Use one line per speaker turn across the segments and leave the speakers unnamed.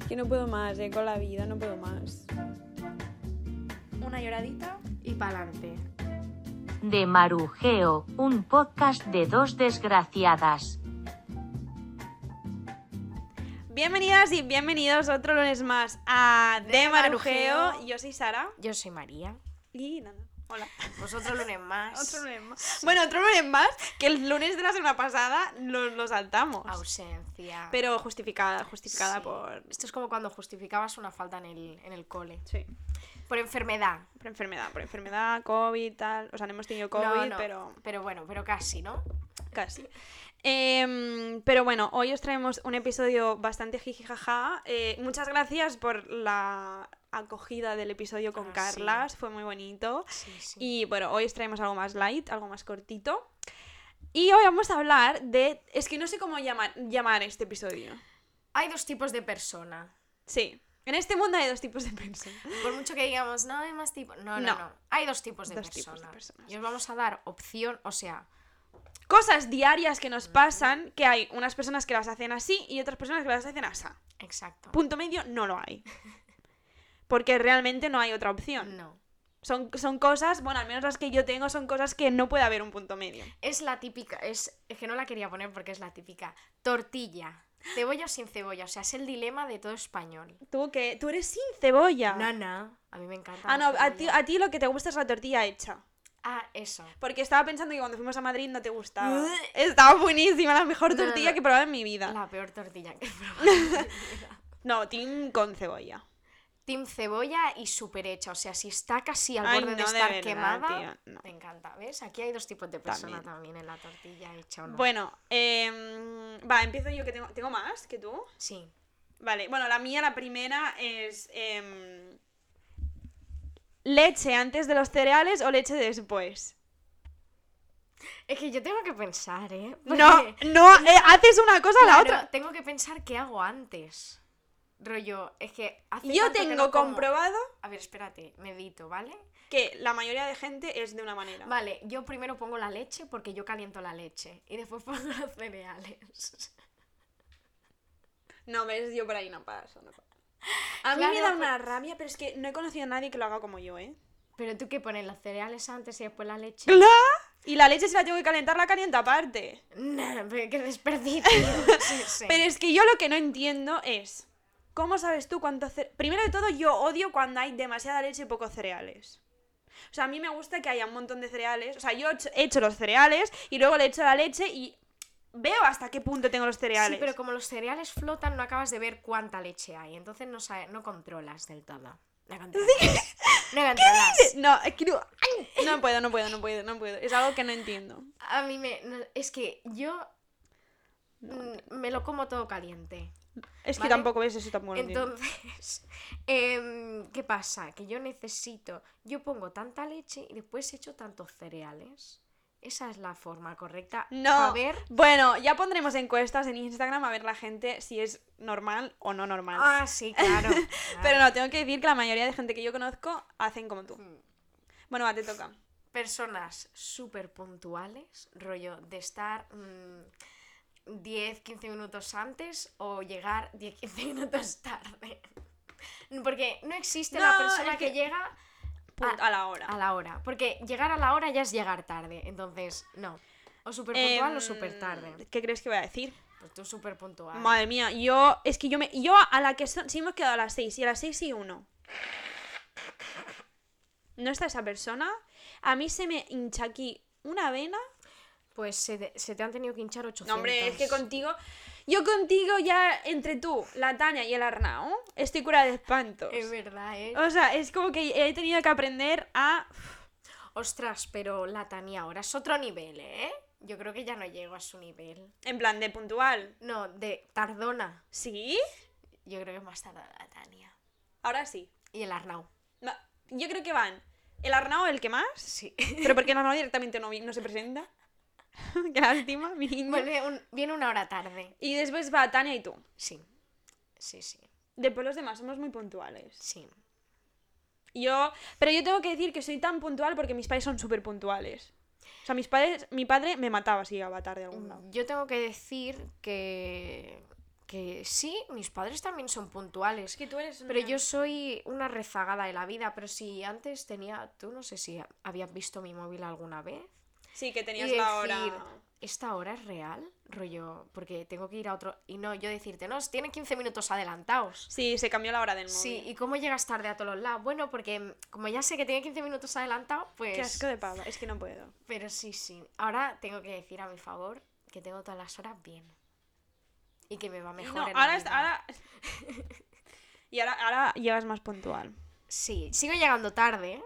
Es que no puedo más, eh, con la vida, no puedo más.
Una lloradita.
Y pa'lante.
De Marujeo, un podcast de dos desgraciadas.
Bienvenidas y bienvenidos otro lunes más a
De
De Marujeo.
Marujeo.
Yo soy Sara.
Yo soy María.
Y nada, hola.
Vosotros lunes más.
Otro lunes más. Bueno, otro lunes más, que el lunes de la semana pasada lo, lo saltamos.
Ausencia.
Pero justificada,
Sí.
justificada por...
Esto es como cuando justificabas una falta en el, en el cole.
Sí,
Por enfermedad.
por enfermedad, por enfermedad, COVID, tal. O sea, no hemos tenido COVID,
No, no,
pero...
Pero bueno, pero casi, ¿no?
Casi. Em, pero bueno, hoy os traemos un episodio bastante jijijaja. Eh, muchas gracias por la acogida del episodio con
Ah, sí.
Carlas, fue muy bonito.
Sí, sí.
Y bueno, hoy os traemos algo más light, algo más cortito. Y hoy vamos a hablar de... Es que no sé cómo llamar, llamar este episodio.
Hay dos tipos de persona.
Sí, en este mundo hay dos tipos de personas.
Por mucho que digamos, no hay más tipos. No, no,
No.
no, Hay dos tipos de,
Dos tipos de
personas.
personas.
Y os vamos a dar opción, o sea,
Cosas diarias que nos pasan, que hay unas personas que las hacen así y otras personas que las hacen así.
exacto.
punto medio no lo hay. Porque realmente no hay otra opción.
No.
Son, son cosas, bueno, al menos las que yo tengo son cosas que no puede haber un punto medio.
Es la típica, es, es que no la quería poner porque es la típica. Tortilla. Cebolla o sin cebolla. O sea, es el dilema de todo español.
Tú que tú eres sin cebolla.
Nana. A mí me encanta.
ah, no,
la
a ti,
cebolla.
a ti lo que te gusta es la tortilla hecha.
Ah, eso.
Porque estaba pensando que cuando fuimos a Madrid no te gustaba.
Ugh.
Estaba buenísima, la mejor
No, no,
tortilla
no.
que he probado en mi vida.
La peor tortilla que he probado.
No, team con cebolla.
Team cebolla y super hecha. O sea, si está casi al
Ay,
borde de
no, de
estar
verdad,
quemada.
tía, no.
Me encanta, ¿ves? Aquí hay dos tipos de personas también, en la tortilla hecha o no.
Bueno, em, va, empiezo yo que tengo, tengo más que tú.
Sí.
Vale, bueno, la mía, la primera es. em, ¿Leche antes de los cereales o leche después?
Es que yo tengo que pensar, ¿eh?
No,
Porque,
no, eh, haces una cosa a la
claro,
otra.
Tengo que pensar qué hago antes. Rollo, es que hace
Yo
tanto que
tengo
no como-
comprobado
A ver, espérate, medito, ¿vale?
que la mayoría de gente es de una manera.
Vale, yo primero pongo la leche porque yo caliento la leche y después pongo los cereales.
No, ves, yo por ahí no paso. no paso. A mí me
Claro,
da
pues-
una rabia, pero es que no he conocido a nadie que lo haga como yo, ¿eh?
Pero tú qué pones los cereales antes y después la leche.
¡Claro! Y la leche, si la tengo que calentar, la caliento aparte.
Nah, pero qué desperdicio. Sí, sí.
Pero es que yo lo que no entiendo es. ¿Cómo sabes tú cuánto cere- Primero de todo, yo odio cuando hay demasiada leche y pocos cereales. O sea, a mí me gusta que haya un montón de cereales. O sea, yo echo- echo los cereales y luego le echo la leche y veo hasta qué punto tengo los cereales.
Sí, pero como los cereales flotan, no acabas de ver cuánta leche hay. Entonces no, sabe- no controlas del todo. No controlas. No controlas.
No, es que no... ¡Ay! no puedo, no puedo, no puedo, no puedo. Es algo que no entiendo.
A mí me. no, es que yo. mm, me lo como todo caliente.
Es que
Vale.
tampoco ves eso tampoco. lo entiendo.
Entonces. em, ¿Qué pasa? Que yo necesito. Yo pongo tanta leche y después echo tantos cereales. Esa es la forma correcta.
No.
A ver.
Bueno, ya pondremos encuestas en Instagram a ver la gente si es normal o no normal.
Ah, sí, claro.
Pero
claro.
no, tengo que decir que la mayoría de gente que yo conozco hacen como tú.
Mm.
Bueno, va, te toca.
personas súper puntuales, rollo de estar mm, 10, 15 minutos antes o llegar 10, 15 minutos tarde. Porque no existe la
No,
persona
es
que...
que-
llega
Punto, a, la hora.
Ah, a la hora. Porque llegar a la hora ya es llegar tarde. Entonces, no. O súper puntual
Em,
o súper tarde.
¿Qué crees que voy a decir?
Pues tú súper puntual.
Madre mía, yo. Es que yo me. Yo a la que son. Si hemos quedado a las 6 y a las 6 y 1. No está esa persona. A mí se me hincha aquí una vena.
Pues se, de- se te han tenido que hinchar 800.
No, hombre, es que contigo. Yo contigo ya entre tú, la Tania y el Arnau, estoy curada de espantos.
Es verdad, ¿eh?
O sea, es como que he tenido que aprender a.
Ostras, pero la Tania ahora es otro nivel, ¿eh? Yo creo que ya no llego a su nivel.
En plan, de puntual.
No, de Tardona.
¿Sí?
Yo creo que es más Tardona, Tania.
Ahora sí.
Y el Arnau.
Va- Yo creo que van el Arnau el que más,
Sí.
pero porque el Arnau directamente no, vi- no se presenta. Qué lástima, mi niño.
Vuelve un- viene una hora tarde.
Y después va Tania y tú.
Sí. Sí, sí.
Después los demás somos muy puntuales.
Sí.
Yo, pero yo tengo que decir que soy tan puntual porque mis pais son súper puntuales. O sea, mis padres, mi padre me mataba si llegaba tarde a algún lado.
Mm.
Yo tengo que decir que, que sí, mis padres también son puntuales.
Es que tú eres
Pero
una-
yo soy una rezagada de la vida. Pero si antes tenía. Tú no sé si habías visto mi móvil alguna vez.
Sí, que
y
tenías
decir,
la hora.
¿Esta hora es real? Rollo, porque tengo que ir a otro. Y no, yo decirte, no, tiene 15 minutos adelantados.
Sí, se cambió la hora del móvil.
Sí, ¿y cómo llegas tarde a todos los lados? Bueno, porque mm, como ya sé que tiene 15 minutos adelantado, pues.
Qué asco de pava, es que no puedo.
Pero sí, sí. Ahora tengo que decir a mi favor que tengo todas las horas bien. Y que me va mejor.
No,
en la
ahora, es-
vida.
ahora... y ahora, ahora llevas más puntual.
Sí, sigo llegando tarde,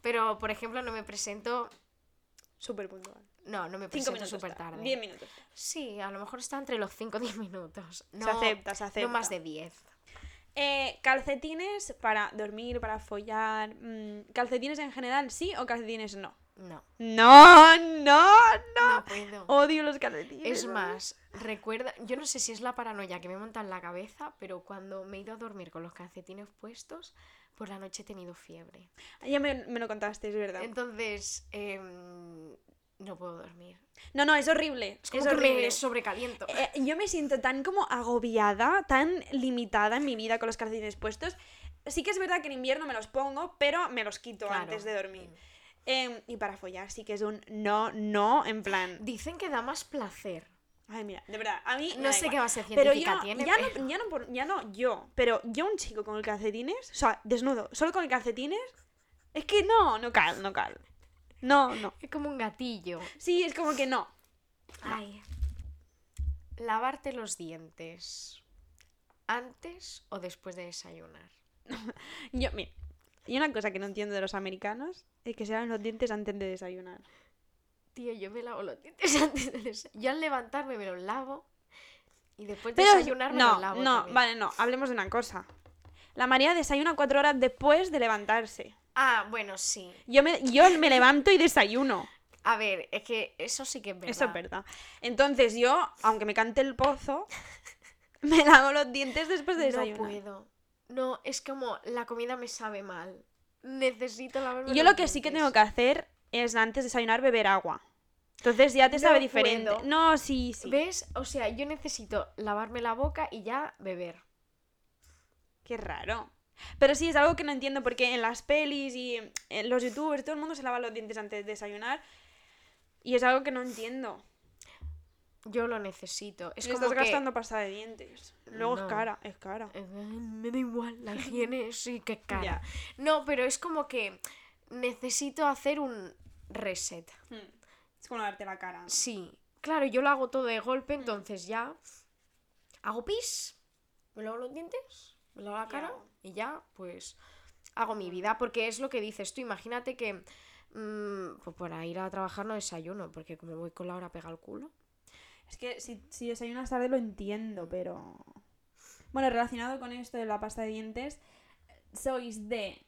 pero por ejemplo no me presento.
Súper puntual.
No, no me
Cinco
presento
minutos.
súper
Pues tarde.
tarde.
Diez minutos.
Sí, a lo mejor está entre los 5 o 10 minutos. No,
acepta, se acepta.
No más de 10.
Eh, calcetines para dormir, para follar. mm, calcetines en general, sí o calcetines no.
No,
No, no, no.
no puedo.
Odio los calcetines.
Es más, recuerda, yo no sé si es la paranoia que me monta en la cabeza, pero cuando me he ido a dormir con los calcetines puestos, por la noche he tenido fiebre.
Ya me, me lo contaste, es verdad.
Entonces, em, no puedo dormir.
No, no, es horrible.
Es
Es,
como que
horrible.
me sobrecaliento.
Eh, yo me siento tan como agobiada, tan limitada en mi vida con los calcetines puestos. Sí que es verdad que en invierno me los pongo, pero me los quito
Claro. Mm.
antes de dormir. Em, y para follar sí que es un no, no, en plan...
Dicen que da más placer.
Ay, mira, de verdad, a mí... me
No
da
sé
igual.
qué base
Pero
científica
yo no,
tiene.
ya,
pero-
no, ya, no por- ya no yo, pero yo un chico con calcetines, o sea, desnudo, solo con calcetines, es que no, no cal, no cal. No, no.
Es como un gatillo.
Sí, es como que no.
Ay. Lavarte los dientes. ¿Antes o después de desayunar?
Yo, mira, y una cosa que no entiendo de los americanos es que se lavan los dientes antes de desayunar.
Tío, yo me lavo los dientes antes de desayunar. Yo al levantarme me los lavo. Y después de
Pero
desayunar me los
no,
lavo.
no,
también.
vale, no, hablemos de una cosa. La María desayuna cuatro horas después de levantarse.
Ah, bueno, sí.
Yo me, yo me levanto y desayuno.
A ver, es que eso sí que es verdad.
Eso es verdad. Entonces yo, aunque me cante el pozo, me lavo los dientes después de
No
desayunar.
puedo. No, es como la comida me sabe mal. Necesito lavarme
Yo
los
lo que sí que
dientes.
tengo que hacer es antes de desayunar beber agua. Entonces ya te
No
sabe diferente.
puedo.
No, sí, sí.
¿Ves? O sea, yo necesito lavarme la boca y ya beber.
Qué raro. Pero sí, es algo que no entiendo porque en las pelis y en los youtubers todo el mundo se lava los dientes antes de desayunar. Y es algo que no entiendo.
Yo lo necesito. Es
Le
como
estás
que...
gastando pasta de dientes. Luego
No.
es cara, es cara.
Eh, Me da igual, la higiene sí que es cara.
Ya.
No, pero es como que necesito hacer un reset.
Mm. Es como lavarte la cara.
Sí, claro, yo lo hago todo de golpe, entonces ya hago pis, me lavo los dientes, me lavo la cara y ya, pues hago mi vida, porque es lo que dices tú. Imagínate que mm, pues para ir a trabajar no desayuno, porque como voy con la hora pega el culo.
Es que si, si desayunas tarde lo entiendo, pero... Bueno, relacionado con esto de la pasta de dientes, ¿sois de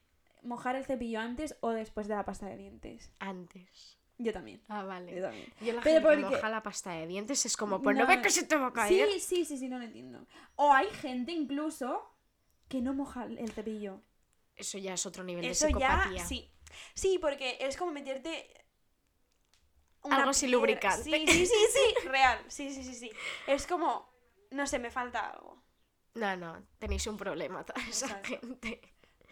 mojar el cepillo antes o después de la pasta de dientes?
Antes.
Yo también.
Ah,
Yo
vale.
también.
Yo la
Pero
gente que
porque-
moja la pasta de dientes es como, pues no,
No,
ves que se te va a caer.
Sí, sí, sí, sí, no lo entiendo. O hay gente incluso que no moja el cepillo.
Eso ya es otro nivel de psicopatía.
sí. Sí, porque es como meterte
Algo sin
piedra.
lubricante.
Sí, sí, sí, sí, real. Sí, sí, sí, sí. Es como no sé, me falta algo.
No, no, tenéis un problema toda esa
Exacto.
gente.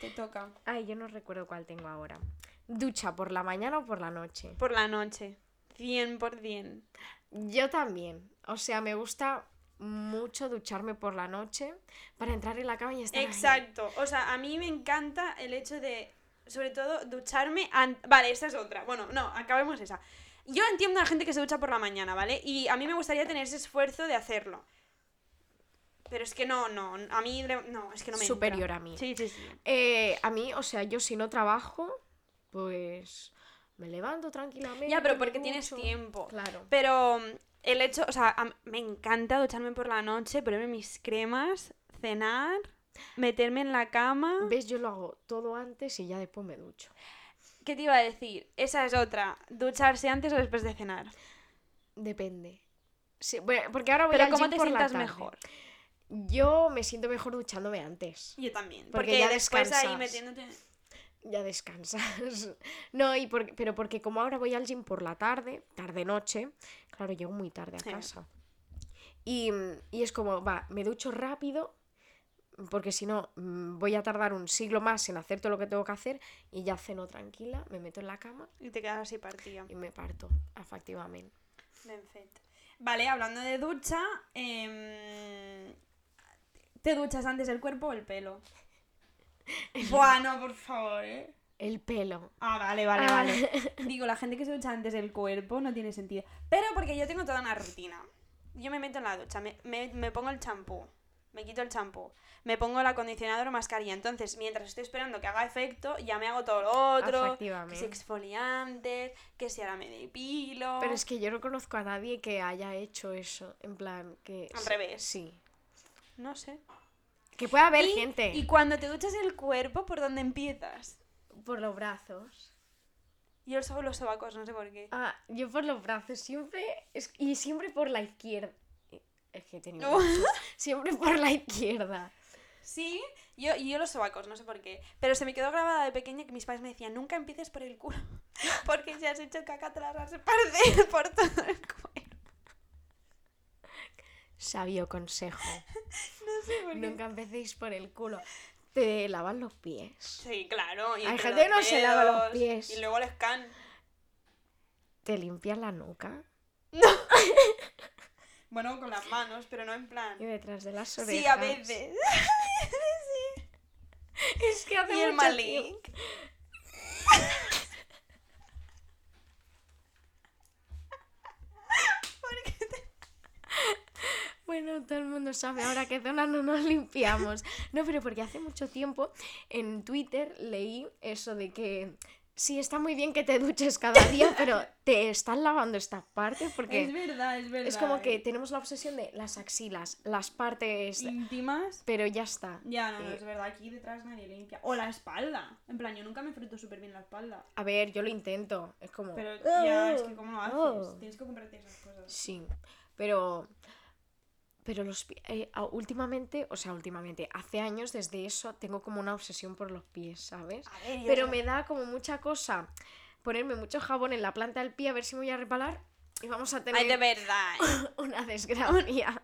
Te toca
Ay, yo no recuerdo cuál tengo ahora. Ducha por la mañana o por la noche.
por la noche. 100%.
Yo también. O sea, me gusta mucho ducharme por la noche para entrar en la cama y estar ahí.
Exacto. O sea, a mí me encanta el hecho de, sobre todo, ducharme. an- Vale, esta es otra. Bueno, no, acabemos esa. Yo entiendo a la gente que se ducha por la mañana, ¿vale? Y a mí me gustaría tener ese esfuerzo de hacerlo. Pero es que no, no. A mí, le- no, es que no me. entra.
Superior a mí.
Sí, sí, sí.
Eh, a mí, o sea, yo si no trabajo, pues me levanto tranquilamente.
Ya, pero
me
porque tienes
ducho.
tiempo.
Claro.
Pero mm, el hecho, o sea, a- me encanta ducharme por la noche, ponerme mis cremas, cenar, meterme en la cama.
¿Ves? Yo lo hago todo antes y ya después me ducho.
¿Qué te iba a decir? Esa es otra. Ducharse antes o después de cenar.
Depende. Sí, bueno, porque ahora voy
Pero
al
¿cómo
gym
te
por la
sientas
tarde.
mejor?
Yo me siento mejor duchándome antes.
Yo también.
Porque
Porque,
ya
después ahí
descansas.
metiéndote...
ya descansas. No, y por- pero porque como ahora voy al gym por la tarde, tarde-noche, claro, llego muy tarde a
Sí.
casa. Y, y es como, va, me ducho rápido, porque si no, mm, voy a tardar un siglo más en hacer todo lo que tengo que hacer y ya ceno tranquila, me meto en la cama
Y te quedas así partida.
y me parto, efectivamente.
Ben fet. Vale, hablando de ducha, em, ¿te duchas antes el cuerpo o el pelo? Bueno, por favor, ¿eh?
El pelo.
Ah, vale, vale,
Ah.
vale. Digo, la gente que se ducha antes del cuerpo no tiene sentido. Pero porque yo tengo toda una rutina. Yo me meto en la ducha, me, me- me pongo el champú, me quito el champú, me pongo el acondicionador o mascarilla. Entonces, mientras estoy esperando que haga efecto, ya me hago todo lo otro. Que si
Efectivamente.
exfoliantes, que si ahora me depilo.
Pero es que yo no conozco a nadie que haya hecho eso, en plan, que...
Al
sí-
revés.
Sí.
No sé.
Que puede haber
y,
gente.
y cuando te duchas el cuerpo, ¿por dónde empiezas?
Por los brazos.
Yo solo los sobacos, no sé por qué.
Ah, yo por los brazos, siempre. es- y siempre por la izquierda. Es que he tenido
No.
muchos. Siempre por la izquierda.
Sí, yo, y yo los sobacos, no sé por qué. Pero se me quedó grabada de pequeña que mis padres me decían, nunca empieces por el culo. Porque si has hecho caca te las vas a esparcir por todo el cuerpo.
Sabio consejo.
No sé por qué.
Nunca empecéis por el culo. Te lavan los pies.
Sí, claro. Y
Hay
entre
gente que
los
no se lava los
dedos,
pies.
Y luego el scan.
Te limpian la nuca.
Bueno, con las manos, pero no en plan.
Y detrás de las orejas.
Sí, a veces.
Es que hace
Y el
mucho
malín.
tiempo- Bueno, todo el mundo sabe ahora qué zona no nos limpiamos. No, pero porque hace mucho tiempo en Twitter leí eso de que sí está muy bien que te duches cada día, pero te están lavando estas partes porque
Es verdad, es verdad.
es como que
¿eh?
tenemos la obsesión de las axilas, las partes,
íntimas.
pero ya está.
Ya, no, no,
Eh,
es verdad, aquí detrás nadie limpia. O la espalda. En plan, yo nunca me fruto súper bien la espalda.
A ver, yo lo intento, es como
Pero ya, es que ¿cómo lo haces?
Oh.
Tienes que comprarte esas cosas.
Sí, pero. Pero los pi- eh, a- últimamente, o sea, últimamente, hace años desde eso tengo como una obsesión por los pies, ¿sabes?
A ver, yo
Pero
sé-
me da como mucha cosa ponerme mucho jabón en la planta del pie a ver si me voy a reparar y vamos a tener
Ay, de verdad. ¿eh?
una desgracia.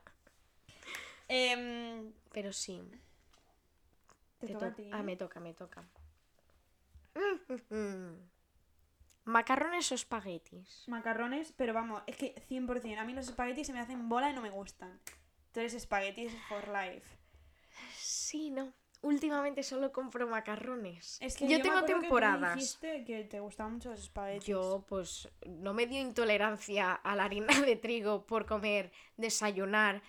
Em,
Pero sí.
te
te
toca a
to-
ti.
Ah, me toca, me toca. Mm. ¿Macarrones o espaguetis?
Macarrones, pero vamos, es que 100%. A mí los espaguetis se me hacen bola y no me gustan. Entonces, espaguetis for life.
Sí, no. Últimamente solo compro macarrones.
Es que
yo,
me
tengo
acuerdo que tú me
temporadas.
dijiste que te gustaban mucho los espaguetis.
Yo, pues, no me dio intolerancia a la harina de trigo por comer, desayunar,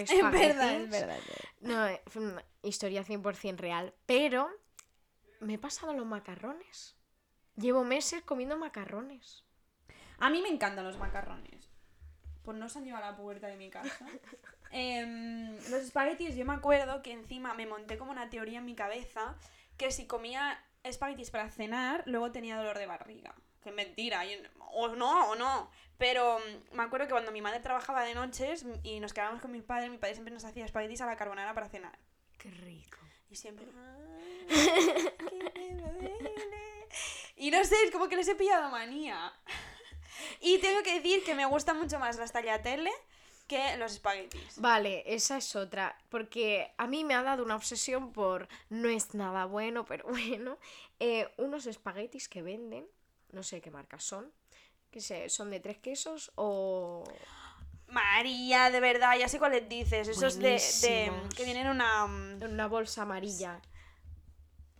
Es
espaguetis.
verdad, es verdad. es verdad.
No, eh, fue una historia 100% real. Pero me he pasado los macarrones. Llevo meses comiendo macarrones.
A mí me encantan los macarrones. Pues no se han llevado a la puerta de mi casa. Em, los espaguetis, yo me acuerdo que encima me monté como una teoría en mi cabeza que si comía espaguetis para cenar, luego tenía dolor de barriga. Que es mentira, yo no- o no, o no. Pero mm, me acuerdo que cuando mi madre trabajaba de noches y nos quedábamos con mi padre, mi padre siempre nos hacía espaguetis a la carbonara para cenar.
Qué rico.
Y siempre. "Ah, "Ay, que me duele". Y no sé, es como que les he pillado manía. Y tengo que decir que me gustan mucho más las tagliatelle que los espaguetis.
Vale, esa es otra, porque a mí me ha dado una obsesión por no es nada bueno, pero bueno, eh, unos espaguetis que venden, no sé qué marcas son, que sé, son de tres quesos o...
María, de verdad, ya sé cuáles dices. Esos de, de-
Buenísimos.
que vienen en una. mm,
en una bolsa amarilla.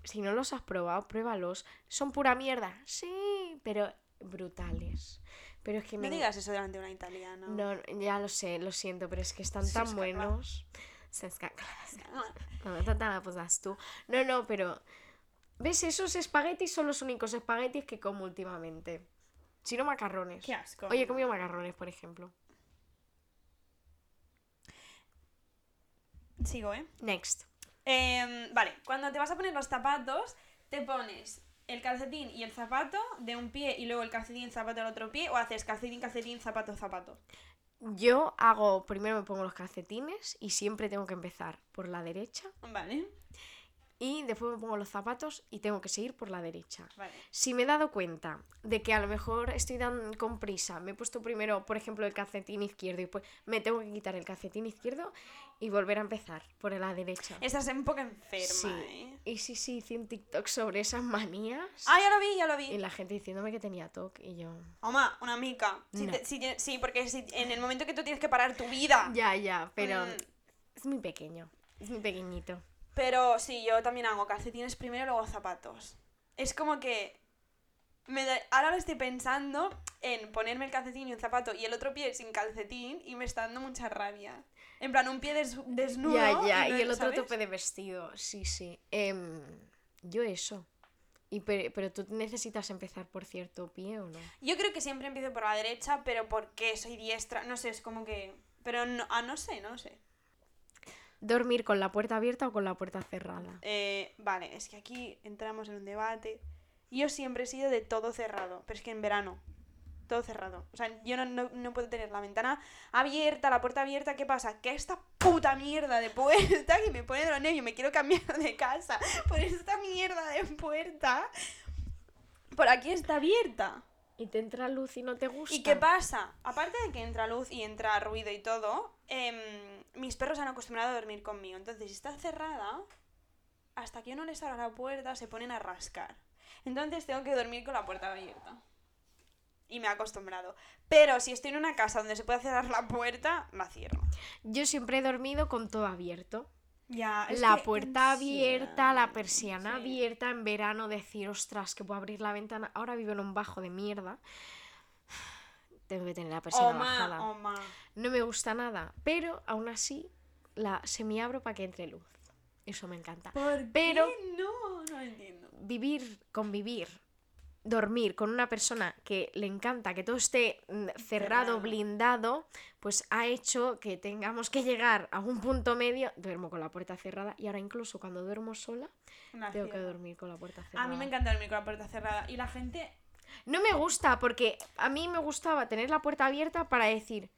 Si no los has probado, pruébalos. Son pura mierda, sí, pero brutales. Pero es que
No
me...
digas eso delante de una italiana.
No, ya lo sé, lo siento, pero es que están
Se
tan
escapa.
buenos. Se escapa. No, tanta la posas pues tú. No, no, pero. ¿Ves? Esos espaguetis son los únicos espaguetis que como últimamente. Si no, macarrones.
Qué asco.
Hoy he comido macarrones, por ejemplo.
Sigo, ¿eh?
Next.
Em, vale, cuando te vas a poner los zapatos, te pones el calcetín y el zapato de un pie y luego el calcetín, zapato del otro pie, o haces calcetín, calcetín, zapato, zapato.
Yo hago. Primero me pongo los calcetines y siempre tengo que empezar por la derecha
Vale.
y después me pongo los zapatos y tengo que seguir por la derecha.
Vale.
Si me he dado cuenta de que a lo mejor estoy dan- con prisa, me he puesto primero, por ejemplo, el calcetín izquierdo y pues me tengo que quitar el calcetín izquierdo y volver a empezar por la derecha.
Estás un poco enferma,
sí.
¿eh?
Y sí, sí, hice un TikTok sobre esas manías
Ah, ya lo vi, ya lo
y
vi.
la gente diciéndome que tenía TOC y yo...
Oma, una mica. Si
No.
te- si te- sí, porque si- en el momento que tú tienes que parar tu vida.
Ya, ya, pero
Mm.
es muy pequeño, es muy pequeñito.
Pero sí, yo también hago calcetines primero, luego zapatos. Es como que... me da- Ahora lo estoy pensando en ponerme el calcetín y un zapato y el otro pie sin calcetín y me está dando mucha rabia. En plan, un pie des- desnudo.
Ya, ya,
no-
y el otro
¿sabes?
tope de vestido, sí, sí. Em, yo eso. Y pero, pero tú necesitas empezar por cierto pie o no.
Yo creo que siempre empiezo por la derecha, pero porque soy diestra, no sé, es como que... Pero no, ah, no sé, no sé.
¿Dormir con la puerta abierta o con la puerta cerrada?
Eh, vale, es que aquí entramos en un debate. Yo siempre he sido de todo cerrado, pero es que en verano, todo cerrado. O sea, yo no, no- no puedo tener la ventana abierta, la puerta abierta. ¿Qué pasa? Que esta puta mierda de puerta que me pone de los nervios, me quiero cambiar de casa por esta mierda de puerta. Por aquí está abierta.
Y te entra luz y no te gusta.
¿Y qué pasa? Aparte de que entra luz y entra ruido y todo, em, mis perros se han acostumbrado a dormir conmigo. Entonces, si está cerrada, hasta que yo no les abra la puerta, se ponen a rascar. Entonces tengo que dormir con la puerta abierta. Y me he acostumbrado. Pero si estoy en una casa donde se puede cerrar la puerta, la cierro.
Yo siempre he dormido con todo abierto.
Ya,
la puerta abierta, la persiana abierta. En verano decir, ostras, que puedo abrir la ventana. Ahora vivo en un bajo de mierda. Tengo que tener pues la persiana bajada.
Oma, oma.
No me gusta nada, pero aún así la semiabro para que entre luz. Eso me encanta. Pero
No, no entiendo.
vivir, convivir, dormir con una persona que le encanta que todo esté mm, cerrado,
Cerrado.
blindado, pues ha hecho que tengamos que llegar a un punto medio. Duermo con la puerta cerrada y ahora incluso cuando duermo sola
La
tengo que
cierro.
dormir con la puerta cerrada.
A mí me encanta dormir con la puerta cerrada. Y la gente
No me gusta porque a mí me gustaba tener la puerta abierta para decir,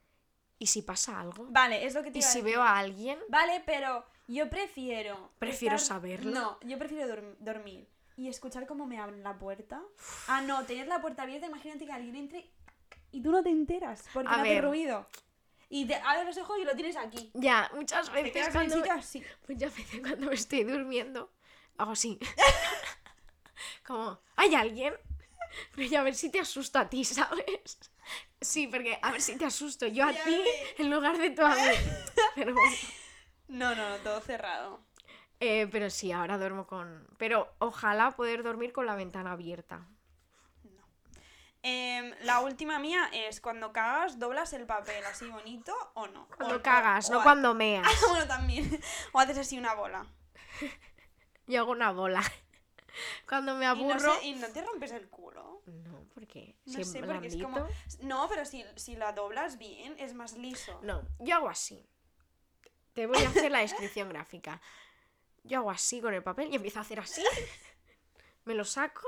¿y si pasa algo?
Vale, es lo que te
¿Y
iba a
si
decir.
veo a alguien?
Vale, pero yo prefiero...
Prefiero saberlo.
No, yo prefiero dorm- dormir y escuchar cómo me abren la puerta. Ah, no, tener la puerta abierta, imagínate que alguien entre y tú no te enteras porque
A
no hace
ver.
ruido. Y te abres los ojos y lo tienes aquí.
Ya, muchas
Te
veces
quedas con el
cuando me-
sitio así.
muchas veces cuando Pues me estoy durmiendo hago así. Como, ¿hay alguien? Pero ya a ver si te asusto a ti, ¿sabes? Sí, porque a ver si te asusto yo a
Ya
ti
ves.
en lugar de tú a mí. Pero, bueno,
No, no, todo cerrado.
eh, pero sí, ahora duermo con... Pero ojalá poder dormir con la ventana abierta.
Em, la última mía es cuando cagas, doblas el papel así bonito o no.
Cuando
O-
cagas,
o-
no
o-
cuando meas.
Ah, bueno, también. O haces así una bola.
Yo hago una bola. Cuando me
Y no,
aburro...
sé- y no te rompes el culo.
No, porque
No
si
sé,
la
porque es como...
meto-
No, pero si, si la doblas bien, es más liso.
No, yo hago así. Te voy a hacer la descripción gráfica. Yo hago así con el papel y empiezo a hacer así. Me lo saco.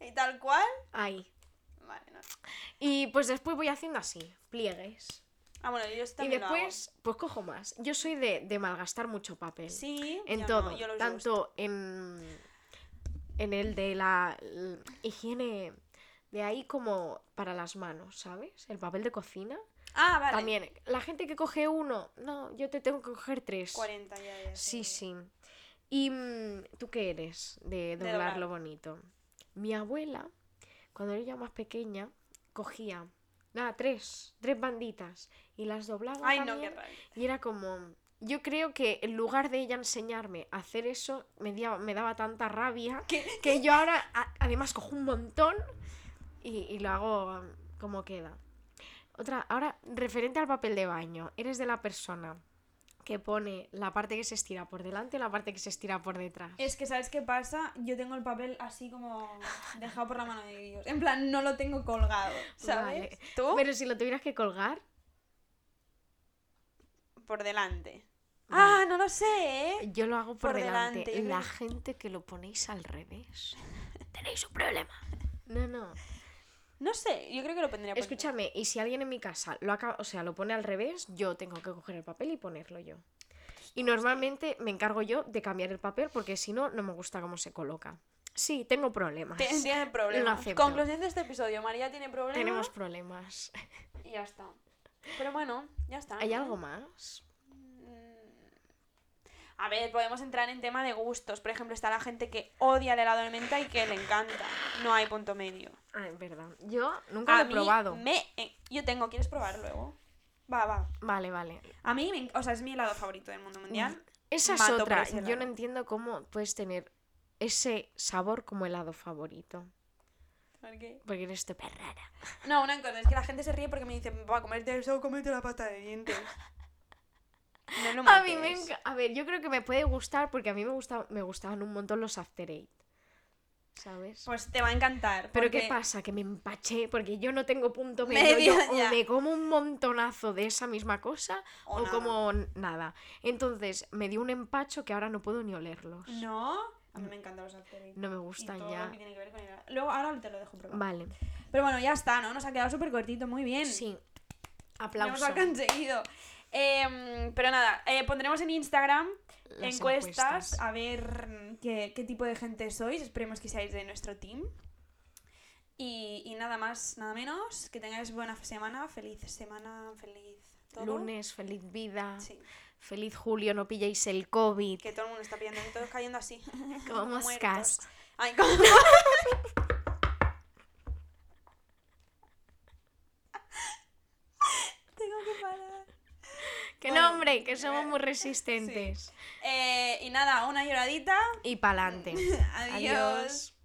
¿Y tal cual?
Ahí.
Vale, no.
Y pues después voy haciendo así, pliegues.
Ah, bueno, yo
Y
también lo hago.
después, pues cojo más. Yo soy de, de malgastar mucho papel.
Sí,
En
yo no,
todo.
yo los uso.
tanto en, en el de la l- higiene de ahí como para las manos, ¿sabes? El papel de cocina.
Ah, vale.
También, la gente que coge uno, no, yo te tengo que coger tres.
40 ya, ya,
Sí, sí. ¿Y mm, tú qué eres de doblar,
doblar.
lo bonito? Mi abuela, cuando era yo más pequeña, cogía, nada, tres, tres banditas y las doblaba.
Ay, no, qué
también,
rabia.
y era como, yo creo que en lugar de ella enseñarme a hacer eso, me, dia- me daba tanta rabia que yo ahora, a- además, cojo un montón y, y lo hago mm, como queda. Otra, ahora, referente al papel de baño, eres de la persona que pone la parte que se estira por delante y la parte que se estira por detrás.
Es que, ¿sabes qué pasa? Yo tengo el papel así como dejado por la mano de Dios. En plan, no lo tengo colgado, ¿sabes?
Vale.
¿Tú?
Pero si lo tuvieras que colgar,
Por delante.
Vale.
Ah, no lo sé, ¿eh?
yo lo hago por,
Por
delante.
delante, yo
La
creo
gente que lo ponéis al revés, tenéis un problema. No, no.
No sé, yo creo que lo pondría por
Escúchame, y si alguien en mi casa lo acaba, o sea, lo pone al revés, yo tengo que coger el papel y ponerlo yo. Y normalmente me encargo yo de cambiar el papel porque si no, no me gusta cómo se coloca. Sí, tengo problemas.
Tien- Tiene problemas.
acepto.
Conclusión de este episodio, María tiene problemas
Tenemos problemas.
y ya está. Pero bueno, ya está.
¿Hay
¿no?
algo más?
A ver, podemos entrar en tema de gustos. Por ejemplo, está la gente que odia el helado de menta y que le encanta. No hay punto medio.
Ah, es verdad. Yo nunca
A
lo he
mí
probado.
me- eh, yo tengo, ¿quieres probar luego? Va, va.
Vale, vale.
A mí, me en- o sea, es mi helado favorito del mundo mundial.
Esa es
Mato por
otra.
ese
Yo no
lado.
entiendo cómo puedes tener ese sabor como helado favorito.
¿Por qué?
Porque eres súper rara.
No, una cosa, es que la gente se ríe porque me dice, va, comerte eso, comerte la pasta de dientes. No lo
A mí me
mates.
enca- A ver, yo creo que me puede gustar porque a mí me, gusta... me gustaban un montón los After Eight. ¿Sabes?
Pues te va a encantar.
Pero ¿qué
porque-
pasa? Que me empaché porque yo no tengo punto medio.
Medio,
yo o
ya.
me como un montonazo de esa misma cosa
O
o,
nada.
como n- nada. Entonces me dio un empacho que ahora no puedo ni olerlos.
No, a mí me encantan los After Eight.
No me
Y
gustan
todo
ya.
lo que tiene que ver con el helado. Luego, ahora te lo dejo probar.
Vale.
Pero bueno, ya está, ¿no? Nos ha quedado súper cortito, muy bien.
Sí.
Lo
Aplauso.
hemos conseguido. Em, pero nada, eh, pondremos en Instagram
Las
encuestas,
encuestas.
a ver mm, qué, qué tipo de gente sois. Esperemos que seáis de nuestro team. Y, y nada más, nada menos. Que tengáis buena semana, feliz semana, feliz todo.
Lunes, feliz vida.
Sí.
Feliz julio, no pilléis el COVID.
Que todo el mundo está pidiendo, y todos cayendo así.
Como
Muertos.
moscas.
Ay, como... Tengo que parar.
Que
Bueno,
no, hombre, que somos
eh,
muy resistentes.
Eh, y nada, una lloradita.
Y pa'lante.
Adiós.